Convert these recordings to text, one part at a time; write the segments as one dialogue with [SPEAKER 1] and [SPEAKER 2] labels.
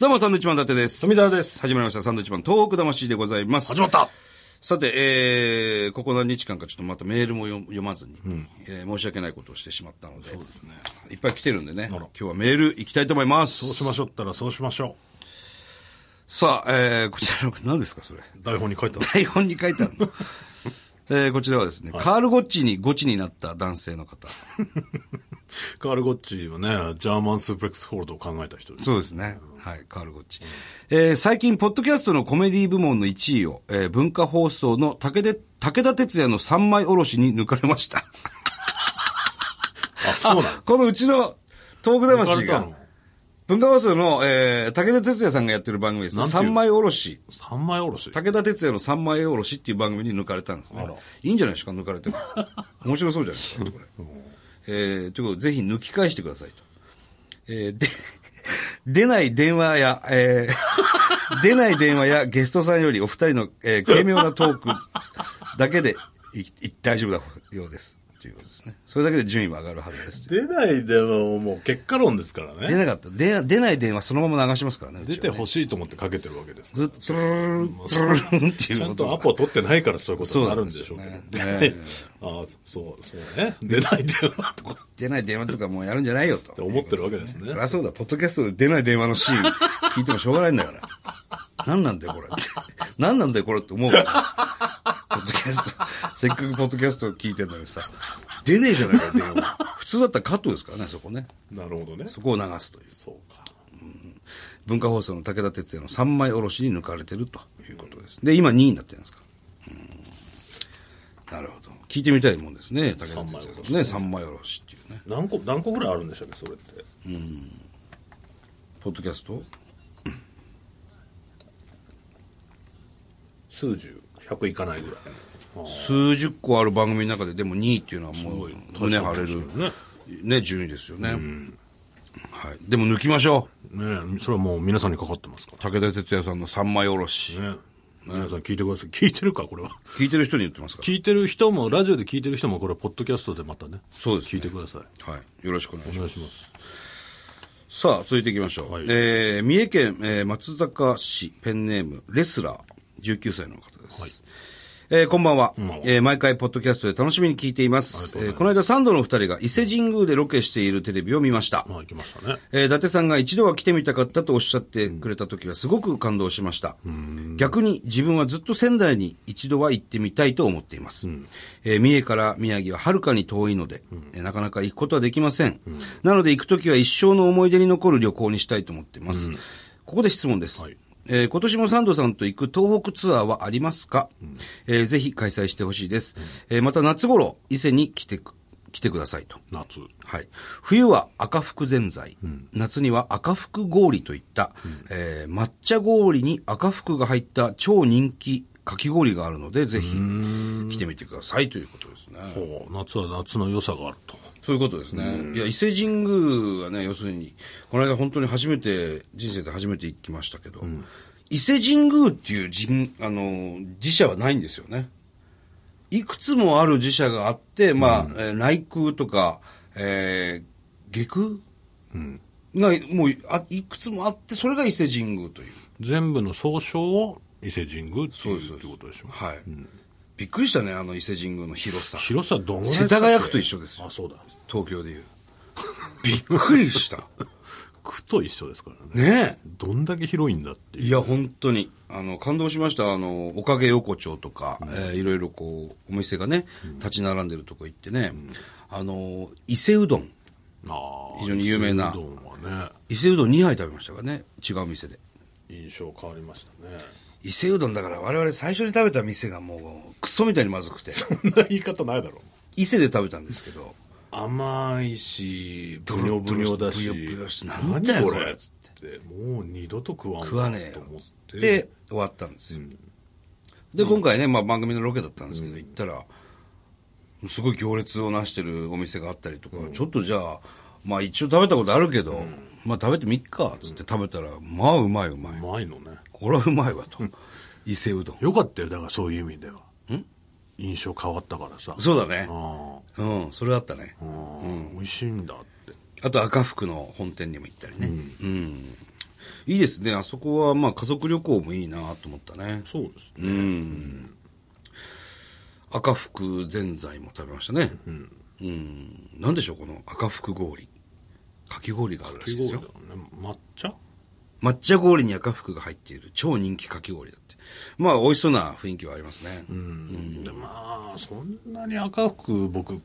[SPEAKER 1] どうも、サンドイッチマン伊達です。
[SPEAKER 2] 富澤です。
[SPEAKER 1] 始まりました、サンドイッチマン東北魂でございます。
[SPEAKER 2] 始まった
[SPEAKER 1] さて、えー、ここ何日間かちょっとまたメールも読読まずに、えー申し訳ないことをしてしまったので、いっぱい来てるんでね、
[SPEAKER 2] ら
[SPEAKER 1] 今日はメール行きたいと思いま
[SPEAKER 2] そう
[SPEAKER 1] す。
[SPEAKER 2] しましょうったらそうしましょ
[SPEAKER 1] さあ、えー、こちらの、何ですか、それ。
[SPEAKER 2] う。台本に書いてあ る。
[SPEAKER 1] 台本に書いてある の。えー、こちらはですね、カールゴッチにゴチになった男性の方。
[SPEAKER 2] カール・ゴッチはね、ジャーマンスープレックスホールドを考えた人です。
[SPEAKER 1] そうですね。はい、カールゴッチ。えー最近、ポッドキャストのコメディ部門の1位を、えー文化放送の武田武田鉄矢の三枚おろしに抜かれました。
[SPEAKER 2] あ、そうなの
[SPEAKER 1] このうちの、東北
[SPEAKER 2] 抜か
[SPEAKER 1] 魂
[SPEAKER 2] れた
[SPEAKER 1] が
[SPEAKER 2] の、
[SPEAKER 1] 文化放送の、えー武田鉄矢さんがやってる番組ですね。
[SPEAKER 2] なんていう
[SPEAKER 1] 三枚おろし。
[SPEAKER 2] 三枚おろし。
[SPEAKER 1] 武田鉄矢の三枚おろしっていう番組に抜かれたんですね
[SPEAKER 2] あら。
[SPEAKER 1] いいんじゃないですか、抜かれても。面白そうじゃないですか、これ。えーということで、ぜひ抜き返してくださいと。えーで、出ない電話や、えー出ない電話やゲストさんよりお二人の、えー軽妙なトークだけでいい大丈夫だようです。ということですね。それだけで順位は上がるはずです。
[SPEAKER 2] 出ないでも、もう結果論ですから
[SPEAKER 1] 出な
[SPEAKER 2] ね。
[SPEAKER 1] かった。出出ない電話そのまま流しますからね。うちは
[SPEAKER 2] 出てほしいと思ってかけてるわけですか
[SPEAKER 1] ずっと、トゥルルントゥルルンって
[SPEAKER 2] ら。
[SPEAKER 1] い
[SPEAKER 2] ち
[SPEAKER 1] うこ
[SPEAKER 2] ゃん
[SPEAKER 1] と
[SPEAKER 2] と
[SPEAKER 1] が
[SPEAKER 2] アポは取ってないからそういうことになるんでしょう
[SPEAKER 1] そう
[SPEAKER 2] けど。
[SPEAKER 1] なんです
[SPEAKER 2] ああ、そう、そうね。出ない電話とか
[SPEAKER 1] 出ない電話とかもうやるんじゃないよと
[SPEAKER 2] って。思ってるわけですね
[SPEAKER 1] そり。ゃそうだ、ポッドキャストで出ない電話のシーン聞いてもしょうがないんだから。何なんだよ、これ って。何なんだよ、これって思うから。ポッドキャスト、せっかくポッドキャストを聞いてんだけどさ、出ねえじゃないか、電話。普通だったらカットですからね、そこね。
[SPEAKER 2] なるほどね。
[SPEAKER 1] そこを流すという。
[SPEAKER 2] そうか。
[SPEAKER 1] 文化放送の武田鉄矢の三枚おろしに抜かれてるということです。で、今2位になってるんですか。うんなるほど。聞いてみたいもんですね、武田鉄矢
[SPEAKER 2] 三枚おろし
[SPEAKER 1] のね、三枚おろしっていうね。
[SPEAKER 2] 何個、何個ぐらいあるんでしたっけ、それって。
[SPEAKER 1] ポッドキャスト
[SPEAKER 2] 数十、百いかないぐらい。
[SPEAKER 1] 数十個ある番組の中ででも2位っていうのはもう胸張れる
[SPEAKER 2] ね
[SPEAKER 1] ね順位ですよね、はい、でも抜きましょう
[SPEAKER 2] ねえそれはもう皆さんにかかってますか
[SPEAKER 1] 武田鉄矢さんの三枚おろし、
[SPEAKER 2] らね。皆さん聞いてください。聞いてるか、これは。
[SPEAKER 1] 聞いてる人に言ってますか
[SPEAKER 2] 聞いてる人も、ラジオで聞いてる人も、これ、ポッドキャストでまたね。
[SPEAKER 1] そうですね
[SPEAKER 2] 聞いてください。
[SPEAKER 1] ら、はい、よろしくお願いしま
[SPEAKER 2] お願
[SPEAKER 1] す
[SPEAKER 2] いします。
[SPEAKER 1] さあ続いていきましょう、
[SPEAKER 2] はい
[SPEAKER 1] えー、三重県、えー松坂市ペンネームレスラー19歳の方です、えーこんばんは、えー毎回、ポッドキャストで楽しみに聞いています。えーこの間、サンドのお二人が伊勢神宮でロケしているテレビを見ました。
[SPEAKER 2] まあ、行きましたね。
[SPEAKER 1] えー伊達さんが一度は来てみたかったとおっしゃってくれた時はすごく感動しました。逆に自分はずっと仙台に一度は行ってみたいと思っています。えー三重から宮城ははるかに遠いので、えーなかなか行くことはできません。なので行く時は一生の思い出に残る旅行にしたいと思っています。ここで質問です。
[SPEAKER 2] はい
[SPEAKER 1] えー今年もサンドさんと行く東北ツアーはありますか、えーぜひ開催してほしいです。えーまた夏頃、伊勢に来てく、来てくださいと。
[SPEAKER 2] 夏。
[SPEAKER 1] はい、冬は赤福ぜんざい、夏には赤福氷といった、えー抹茶氷に赤福が入った超人気かき氷があるので、ぜひ来てみてくださいということですね。
[SPEAKER 2] ほう、夏は夏の良さがあると。
[SPEAKER 1] そういうことですね。いや、伊勢神宮はね、要するに、この間本当に初めて、人生で初めて行きましたけど、伊勢神宮っていう神、あの、寺社はないんですよね。いくつもある寺社があって、まあ、えー内宮とか、えー下宮、が、もうあ、いくつもあって、それが伊勢神宮という。
[SPEAKER 2] 全部の総称を伊勢神宮っていうってことでしょ。
[SPEAKER 1] はい。びっくりしたね、あの伊勢神宮の広さ。
[SPEAKER 2] 広さどんぐらい
[SPEAKER 1] 世田谷区と一緒ですよ
[SPEAKER 2] あ、そうだ。
[SPEAKER 1] 東京でいう。びっくり した。
[SPEAKER 2] 区と一緒ですからね。
[SPEAKER 1] ねえ。
[SPEAKER 2] どんだけ広いんだっていう。
[SPEAKER 1] いや、本当に。あの、感動しました。あの、おかげ横丁とか、えーいろいろこう、お店がね、立ち並んでるとこ行ってね、あの、伊勢うどん。
[SPEAKER 2] ああ
[SPEAKER 1] 非常に有名な
[SPEAKER 2] 伊勢うどんはね、
[SPEAKER 1] 伊勢うどん2杯食べましたからね、違う店で。
[SPEAKER 2] 印象変わりましたね。
[SPEAKER 1] 伊勢うどんだから我々最初に食べた店がもう、クソみたいにまずくて、
[SPEAKER 2] そんな言い方ないだろう。
[SPEAKER 1] 伊勢で食べたんですけど、
[SPEAKER 2] 甘いし、ぶにょぶにょだし、
[SPEAKER 1] ぶにょぶにょしなんだよ
[SPEAKER 2] 何
[SPEAKER 1] これ
[SPEAKER 2] っつって、もう二度と食わんわ
[SPEAKER 1] 食わねえ
[SPEAKER 2] と
[SPEAKER 1] よ
[SPEAKER 2] 思って。
[SPEAKER 1] で、終わったんですよ。で、今回ね、まあ番組のロケだったんですけど、行ったら、すごい行列をなしてるお店があったりとか、ちょっとじゃあ、まあ一応食べたことあるけど、まあ食べてみっか、つって食べたら、まあうまいうまい。
[SPEAKER 2] うまいのね。
[SPEAKER 1] これはうまいわと。伊勢うどん。
[SPEAKER 2] よかったよ、だからそういう意味では。印象変わったからさ。
[SPEAKER 1] そうだね。
[SPEAKER 2] あ
[SPEAKER 1] うん、それあったね。
[SPEAKER 2] あ、うん、美味しいんだって。
[SPEAKER 1] あと赤福の本店にも行ったりね。うん。いいですね。あそこは、まあ、家族旅行もいいなと思ったね。
[SPEAKER 2] そうですね。
[SPEAKER 1] 赤福ぜんざいも食べましたね。うん。なんでしょう、この赤福氷。かき氷があるらしいです
[SPEAKER 2] す
[SPEAKER 1] よ
[SPEAKER 2] ごい。だろうね。抹茶
[SPEAKER 1] 抹茶氷に赤福が入っている超人気かき氷だって。まあ、美味しそうな雰囲気はありますね。
[SPEAKER 2] でまあ、そんなに赤服、僕、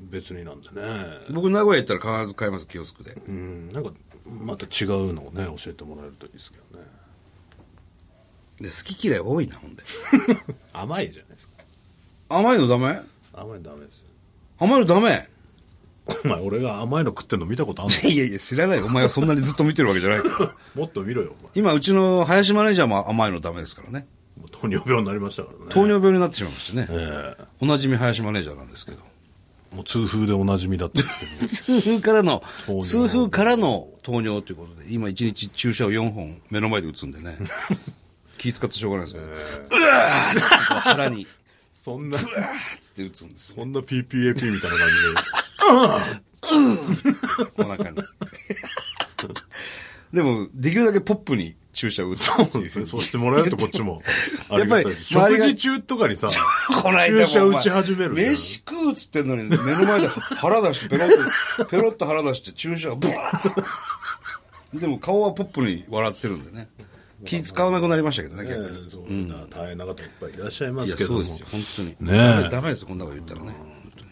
[SPEAKER 2] 別になんでね。
[SPEAKER 1] 僕、名古屋行ったら必ず買います、キオスクで。
[SPEAKER 2] うん、なんか、また違うのをね、教えてもらえるといいですけ どね。
[SPEAKER 1] で、好き嫌い多いな、ほんで。
[SPEAKER 2] 甘いじゃないですか。
[SPEAKER 1] 甘いのダメ
[SPEAKER 2] 甘いのダメですよ。
[SPEAKER 1] 甘いのダメ
[SPEAKER 2] お前、俺が甘いの食ってんの見たことあんの
[SPEAKER 1] いやいや、知らない。お前はそんなにずっと見てるわけじゃないから。
[SPEAKER 2] もっと見ろよ、お前。
[SPEAKER 1] 今、うちの林マネージャーも甘いのダメですからね。
[SPEAKER 2] もう糖尿病になりましたからね。
[SPEAKER 1] 糖尿病になってしまいましてね。
[SPEAKER 2] え
[SPEAKER 1] おなじみ林マネージャーなんですけど。
[SPEAKER 2] えもう痛風でおなじみだったんですけど。
[SPEAKER 1] 痛風からの
[SPEAKER 2] 尿、
[SPEAKER 1] 痛風からの糖尿ということで、今一日注射を4本目の前で打つんでね。 気使ってしょうがないですけど、うわーってこう腹に、
[SPEAKER 2] そんな、
[SPEAKER 1] うわーっつって打つんですよ。
[SPEAKER 2] そんな PPAP みたいな感
[SPEAKER 1] お腹に。 でも、できるだけポップに注射を打つって
[SPEAKER 2] じ
[SPEAKER 1] い
[SPEAKER 2] で。
[SPEAKER 1] う
[SPEAKER 2] そうそうしてもらえるとこっちも。ありがたいです
[SPEAKER 1] やっぱり周
[SPEAKER 2] 食
[SPEAKER 1] りが
[SPEAKER 2] 事中とかに さ、
[SPEAKER 1] この間も
[SPEAKER 2] 注射打ち始める
[SPEAKER 1] お前
[SPEAKER 2] じゃん。
[SPEAKER 1] 飯食うっつってんのに、目の前で腹出して、ペロ ッと、ペロッと腹出して、注射をブワーでも顔はポップに笑ってるんでね。気使わなくなりましたけどね、
[SPEAKER 2] え
[SPEAKER 1] 逆に。
[SPEAKER 2] えそうみんな大変な方いっぱいいらっしゃいま
[SPEAKER 1] い
[SPEAKER 2] す
[SPEAKER 1] や、
[SPEAKER 2] けど
[SPEAKER 1] そ
[SPEAKER 2] も。
[SPEAKER 1] うですよ、本当に。
[SPEAKER 2] ねえ
[SPEAKER 1] ダメですよ、こんなこと言ったらね。本当に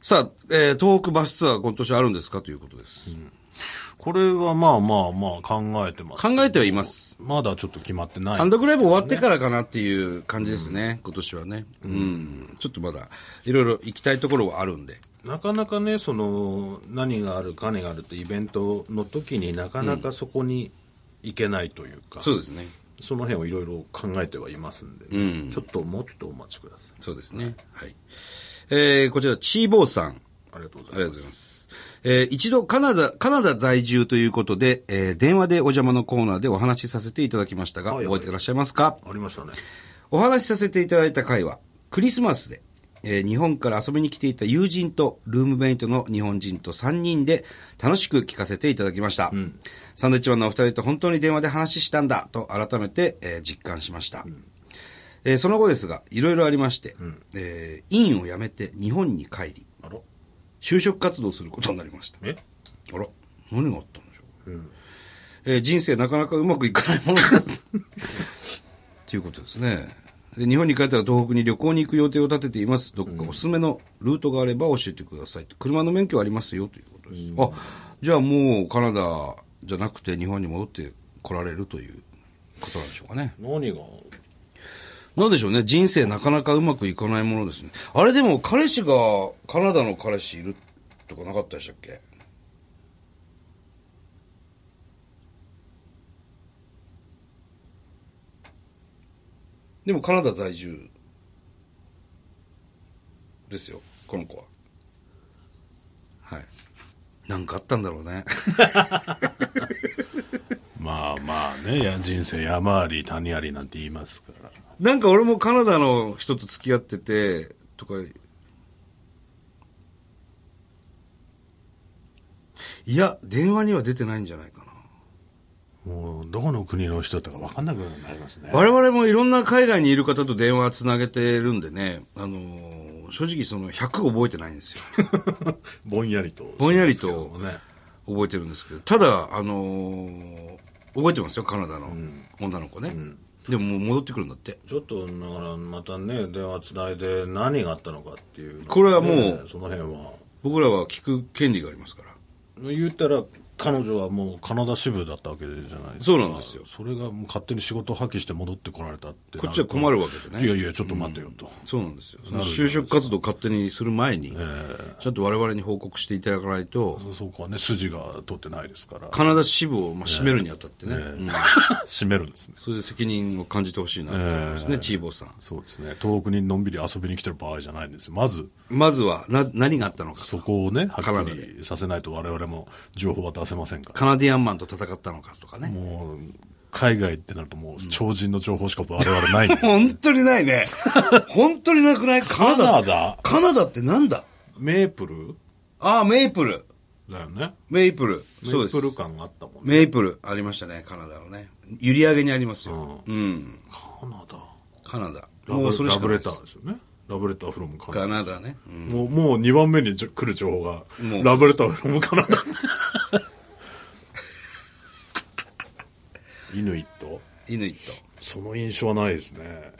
[SPEAKER 1] さあ、えー東北バスツアー今年あるんですかということです。
[SPEAKER 2] これはまあまあまあ考えてます。
[SPEAKER 1] 考えてはいます。
[SPEAKER 2] まだちょっと決まってない。
[SPEAKER 1] 単独ライブ終わってからかなっていう感じですね、今年はね。うん。ちょっとまだ、いろいろ行きたいところはあるんで。
[SPEAKER 2] なかなかね、その、何がある、金があるってイベントの時になかなかそこに行けないというか、
[SPEAKER 1] そうですね。
[SPEAKER 2] その辺をいろいろ考えてはいますんで、ちょっともうちょっとお待ちください。
[SPEAKER 1] そうですね。はい。えー、こちら、チーボーさん。
[SPEAKER 2] ありがとうご
[SPEAKER 1] あ
[SPEAKER 2] ざ
[SPEAKER 1] りが
[SPEAKER 2] いま
[SPEAKER 1] とうございます。えー一度カナダ、カナダ在住ということで、えー電話でお邪魔のコーナーでお話しさせていただきましたが、
[SPEAKER 2] はいは
[SPEAKER 1] 覚
[SPEAKER 2] い
[SPEAKER 1] えてらっしゃいますか
[SPEAKER 2] す。ありましたね。
[SPEAKER 1] お話しさせていただいた回は、クリスマスで、えー日本から遊びに来ていた友人とルームメイトの日本人と3人で楽しく聞かせていただきました。サンドウィッチマンのお二人と本当に電話で話したんだと改めて、えー実感しました。えーその後ですが、いろいろありまして、えー院を辞めて日本に帰り、
[SPEAKER 2] あら
[SPEAKER 1] 就職活動することになりました。
[SPEAKER 2] え
[SPEAKER 1] あら、何があったんでしょう。えー人生なかなかうまくいかないものです。ということですね。で日本に帰ったら東北に旅行に行く予定を立てています。どこかおすすめのルートがあれば教えてください。車の免許はありますよということです。あ、じゃあもうカナダじゃなくて日本に戻って来られるということなんでしょうかね。
[SPEAKER 2] 何が
[SPEAKER 1] なんでしょうね。人生なかなかうまくいかないものですね。あれでも彼氏がカナダの彼氏いるとかなかったでしたっけでもカナダ在住ですよ、この子は。はい。なんかあったんだろうね。
[SPEAKER 2] まあまあね、いや人生山あり谷ありなんて言いますから。
[SPEAKER 1] なんか俺もカナダの人と付き合ってて、とか。いや、電話には出てないんじゃないかな。
[SPEAKER 2] もう、どこの国の人だったか分かんなくなりますね。
[SPEAKER 1] 我々もいろんな海外にいる方と電話つなげてるんでね、あのー正直その100覚えてないんですよ。
[SPEAKER 2] ぼんやりと。
[SPEAKER 1] ぼんやりと
[SPEAKER 2] ね。
[SPEAKER 1] 覚えてるんですけど、ただ、あのー覚えてますよ、カナダの女の子ね。でももう戻ってくるんだって。
[SPEAKER 2] ちょっと、だから、またね、電話つないで何があったのかっていう、
[SPEAKER 1] これはもう
[SPEAKER 2] ねその辺は。
[SPEAKER 1] 僕らは聞く権利がありますから。
[SPEAKER 2] 言ったら彼女はもうカナダ支部だったわけじゃないですか
[SPEAKER 1] そうなんですよ
[SPEAKER 2] それがもう勝手に仕事を破棄して戻ってこられたって
[SPEAKER 1] こっちは困るわけでね
[SPEAKER 2] いやいやちょっと待てよと、
[SPEAKER 1] そうなんですよ。その就職活動を勝手にする前に、ちゃんと我々に報告していただかないと、
[SPEAKER 2] そこはね筋が通ってないですから
[SPEAKER 1] カナダ支部をまあ閉めるにあたってね、うん
[SPEAKER 2] 閉めるんですね
[SPEAKER 1] それで責任を感じてほしいなと思いますね、チーボーさん。
[SPEAKER 2] そうですね東北にのんびり遊びに来てる場合じゃないんですよまず
[SPEAKER 1] まずは、な、何があったのか。
[SPEAKER 2] そこをねは
[SPEAKER 1] カナ
[SPEAKER 2] っ
[SPEAKER 1] ダ
[SPEAKER 2] きりさせないと我々も情報は出せませんから
[SPEAKER 1] カナディアンマンと戦ったのかとかね。
[SPEAKER 2] もう海外ってなるともう超人の情報しか我々ないんで、
[SPEAKER 1] 本当にない ね。本当になくないカナダ。
[SPEAKER 2] カナダ
[SPEAKER 1] カナダってなんだ
[SPEAKER 2] メープル
[SPEAKER 1] ああ、メイプル。
[SPEAKER 2] だよね
[SPEAKER 1] メイプル。
[SPEAKER 2] メ
[SPEAKER 1] そうで
[SPEAKER 2] イ
[SPEAKER 1] す。
[SPEAKER 2] プル感があったもんね
[SPEAKER 1] メイプルありましたね、カナダのね。閖上げにありますよ。うん。
[SPEAKER 2] カナダ
[SPEAKER 1] カナダ。
[SPEAKER 2] ラブ
[SPEAKER 1] もうそれし
[SPEAKER 2] ラ
[SPEAKER 1] か
[SPEAKER 2] ブ
[SPEAKER 1] ない
[SPEAKER 2] レ
[SPEAKER 1] です
[SPEAKER 2] ターですよねラブレターフロムカナダ
[SPEAKER 1] カナダね。うん
[SPEAKER 2] もうもう2番目にじょ来る情報が
[SPEAKER 1] もう
[SPEAKER 2] ラブレターフロムカ ナダイヌイット
[SPEAKER 1] イヌイット。
[SPEAKER 2] その印象はないですね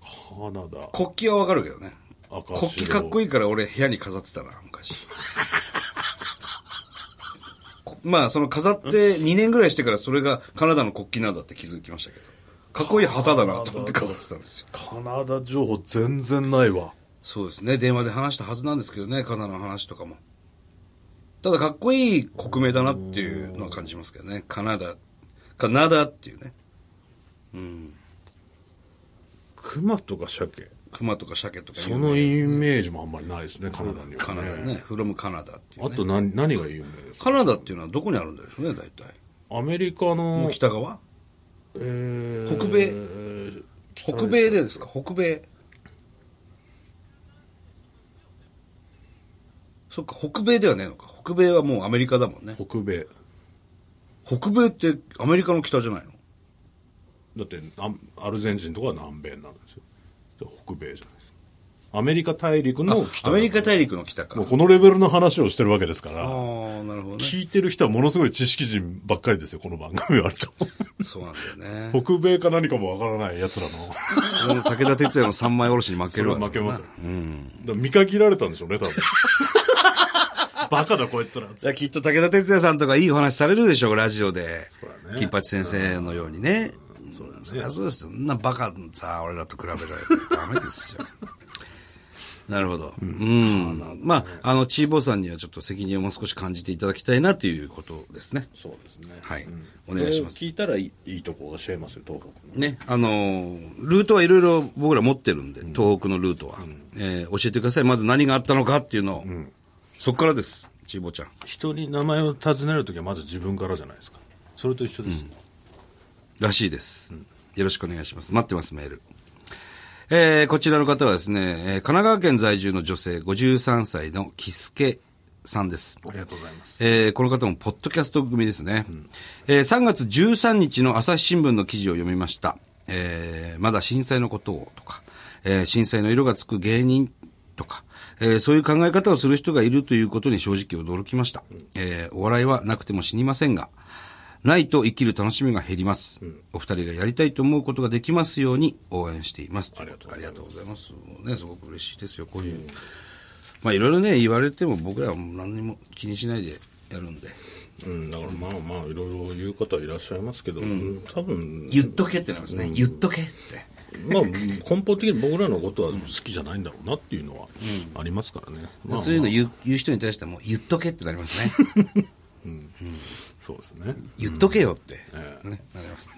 [SPEAKER 2] カナダ
[SPEAKER 1] 国旗はわかるけどね。
[SPEAKER 2] 赤
[SPEAKER 1] 国旗かっこ
[SPEAKER 2] いい
[SPEAKER 1] いいから俺部屋に飾ってたな、昔。 こまあ、その飾って2年ぐらいしてからそれがカナダの国旗なんだって気づきましたけど。かっこいい旗だなと思って飾ってたんですよ。
[SPEAKER 2] カナダ情報全然ないわ
[SPEAKER 1] そうですね。電話で話したはずなんですけどね、カナダの話とかも。ただかっこいい国名だなっていうのは感じますけどね。カナダ。カナダっていうね。
[SPEAKER 2] クマとか鮭
[SPEAKER 1] 熊とか鮭とか
[SPEAKER 2] そ
[SPEAKER 1] 有名
[SPEAKER 2] のイメージもあんまりないですね、カナダには、
[SPEAKER 1] カナダね。フロムカナダっていう、
[SPEAKER 2] あ
[SPEAKER 1] ね。
[SPEAKER 2] と何何が有名ですか
[SPEAKER 1] カナダっていうのはどこにあるんでしょうね、大体。
[SPEAKER 2] アメリカ
[SPEAKER 1] もう
[SPEAKER 2] の、
[SPEAKER 1] 北側
[SPEAKER 2] えー
[SPEAKER 1] 北米
[SPEAKER 2] えー北
[SPEAKER 1] 北米でですか北米そっか北米ではねえのか北米はもうアメリカだもんね
[SPEAKER 2] 北米。
[SPEAKER 1] 北米ってアメリカの北じゃないの
[SPEAKER 2] だってアアルゼンチンとかは南米になるんですよ。北米じゃないですか。アメリカ大陸の北
[SPEAKER 1] アメリカ大陸の北か
[SPEAKER 2] もうこのレベルの話をしてるわけですか
[SPEAKER 1] あ
[SPEAKER 2] ら、
[SPEAKER 1] あなるほどね
[SPEAKER 2] 聞いてる人はものすごい知識人ばっかりですよ、この番組はある と。
[SPEAKER 1] そうなんだよね
[SPEAKER 2] 北米か何かもわからない奴らの。
[SPEAKER 1] 俺も武田鉄矢の三枚おろしに負け
[SPEAKER 2] それ
[SPEAKER 1] る
[SPEAKER 2] は
[SPEAKER 1] わ
[SPEAKER 2] 負けますよ。だから見限られたんでしょうね、多 分。バカだ、こいつら。
[SPEAKER 1] いやきっと武田鉄矢さんとかいいお話されるでしょうラジオで、
[SPEAKER 2] だね
[SPEAKER 1] 金八先生のようにねそうそりゃそうですよそんなバカさ俺らと比べられてダメですよ なるほど。うん。まあ、あの、チーボーさんにはちょっと責任をもう少し感じていただきたいなということですね。
[SPEAKER 2] そうですね。
[SPEAKER 1] はい
[SPEAKER 2] うん
[SPEAKER 1] お願いします
[SPEAKER 2] これ聞いたらいいいいとこ教えますよ、東北の。
[SPEAKER 1] ね、あのールートはいろいろ僕ら持ってるんで、東北のルートは。えー教えてください。まず何があったのかっていうのを。そっからです、チーボーちゃん。
[SPEAKER 2] 人に名前を尋ねるときはまず自分からじゃないですか。それと一緒ですよ。
[SPEAKER 1] らしいです。よろしくお願いします。待ってます、メール。えー、こちらの方はですね、えー神奈川県在住の女性53歳のキスケさんです。
[SPEAKER 2] ありがとうございます。
[SPEAKER 1] えーこの方もポッドキャスト組ですね。えー3月13日の朝日新聞の記事を読みました。えーまだ震災のことをとか、えー震災の色がつく芸人とか、えーそういう考え方をする人がいるということに正直驚きました。えーお笑いはなくても死にませんが、ないと生きる楽しみが減ります。お二人がやりたいと思うことができますように応援しています。
[SPEAKER 2] ありがとうございます
[SPEAKER 1] ございます。ね、すごく嬉しいですよ、こういう。まあいろいろね、言われても僕らはもう何にも気にしないでやるんで。
[SPEAKER 2] うん、だからまあまあ、いろいろ言う方いらっしゃいますけど、うん多分、
[SPEAKER 1] 言っとけってなりますね。言っとけって。
[SPEAKER 2] まあ、根本的に僕らのことは好きじゃないんだろうなっていうのはありますからね。まあ
[SPEAKER 1] そういうの言う言う人に対してはもう言っとけってなりますね。
[SPEAKER 2] そうですね。
[SPEAKER 1] 言っとけよって。
[SPEAKER 2] ええ
[SPEAKER 1] ね、なりますね。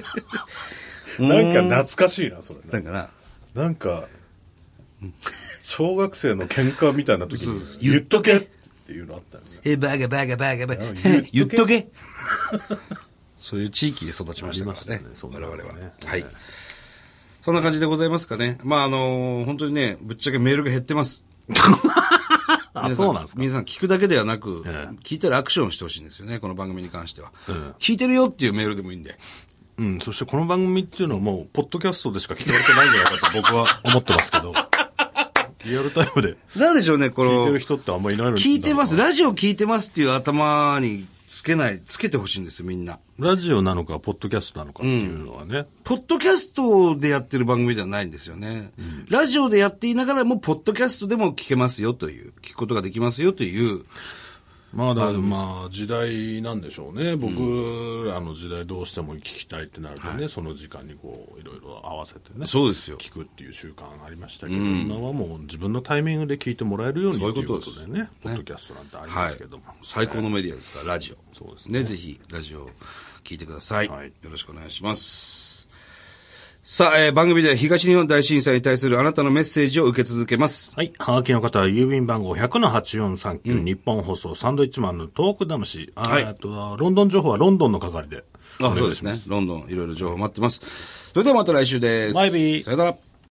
[SPEAKER 2] なんか懐かしいな、それね。
[SPEAKER 1] なんかな、
[SPEAKER 2] なんか、小学生の喧嘩みたいな時に、言っとけっていうのあったよね。
[SPEAKER 1] え、バカバカバカバカ
[SPEAKER 2] うん言
[SPEAKER 1] 言っ
[SPEAKER 2] っと、け
[SPEAKER 1] と け。そういう地域で育ちましたか
[SPEAKER 2] あ
[SPEAKER 1] ら
[SPEAKER 2] り
[SPEAKER 1] ね
[SPEAKER 2] ま、した
[SPEAKER 1] 我
[SPEAKER 2] ね
[SPEAKER 1] 々は
[SPEAKER 2] そうだね。
[SPEAKER 1] はい。そんな感じでございますかね。まあ、あのー本当にね、ぶっちゃけメールが減ってます。
[SPEAKER 2] あ
[SPEAKER 1] 皆さ皆さん聞くだけではなく、
[SPEAKER 2] ええ
[SPEAKER 1] 聞いたらアクションしてほしいんですよね、この番組に関しては。
[SPEAKER 2] ええ
[SPEAKER 1] 聞いてるよっていうメールでもいいんで。
[SPEAKER 2] うん、そしてこの番組っていうのはもう、ポッドキャストでしか聞かれてないんじゃないかと僕は思ってますけ ど、リアルタイムで
[SPEAKER 1] なんでしょうね、こ
[SPEAKER 2] 聞いて
[SPEAKER 1] の
[SPEAKER 2] る、人ってあんまりいないのに。
[SPEAKER 1] 聞いてます、ラジオ聞いてますっていう頭につけない、つけてほしいんですよ、みんな。
[SPEAKER 2] ラジオなのか、ポッドキャストなのかっていうのはね、
[SPEAKER 1] ポッドキャストでやってる番組ではないんですよね。ラジオでやっていながらも、ポッドキャストでも聞けますよという、聞くことができますよという、
[SPEAKER 2] まあだからまあ時代なんでしょうね。僕らの時代どうしても聞きたいってなるとね、その時間にこう、いろいろ合わせてね。
[SPEAKER 1] そうですよ
[SPEAKER 2] 聞くっていう習慣がありましたけど、今はもう自分のタイミングで聞いてもらえるように
[SPEAKER 1] そうい
[SPEAKER 2] と
[SPEAKER 1] う
[SPEAKER 2] いう
[SPEAKER 1] こ
[SPEAKER 2] ことと
[SPEAKER 1] です
[SPEAKER 2] でね、ポッドキャストなんてありますけども。
[SPEAKER 1] 最高のメディアですから、ラジオ。
[SPEAKER 2] そうです
[SPEAKER 1] ね。ぜひ、ラジオを聞いてください。
[SPEAKER 2] はい
[SPEAKER 1] よろしくお願いします。さあ、えー番組では東日本大震災に対するあなたのメッセージを受け続けます。
[SPEAKER 2] はい。はがきの方は、郵便番号100-8439、日本放送、サンドイッチマンのトーク魂。あ,、
[SPEAKER 1] はい
[SPEAKER 2] あとは、ロンドン情報はロンドンの係で。
[SPEAKER 1] あ、そうですね。ロンドン、いろいろ情報待ってます。それではまた来週です。
[SPEAKER 2] バイビー
[SPEAKER 1] さよなら。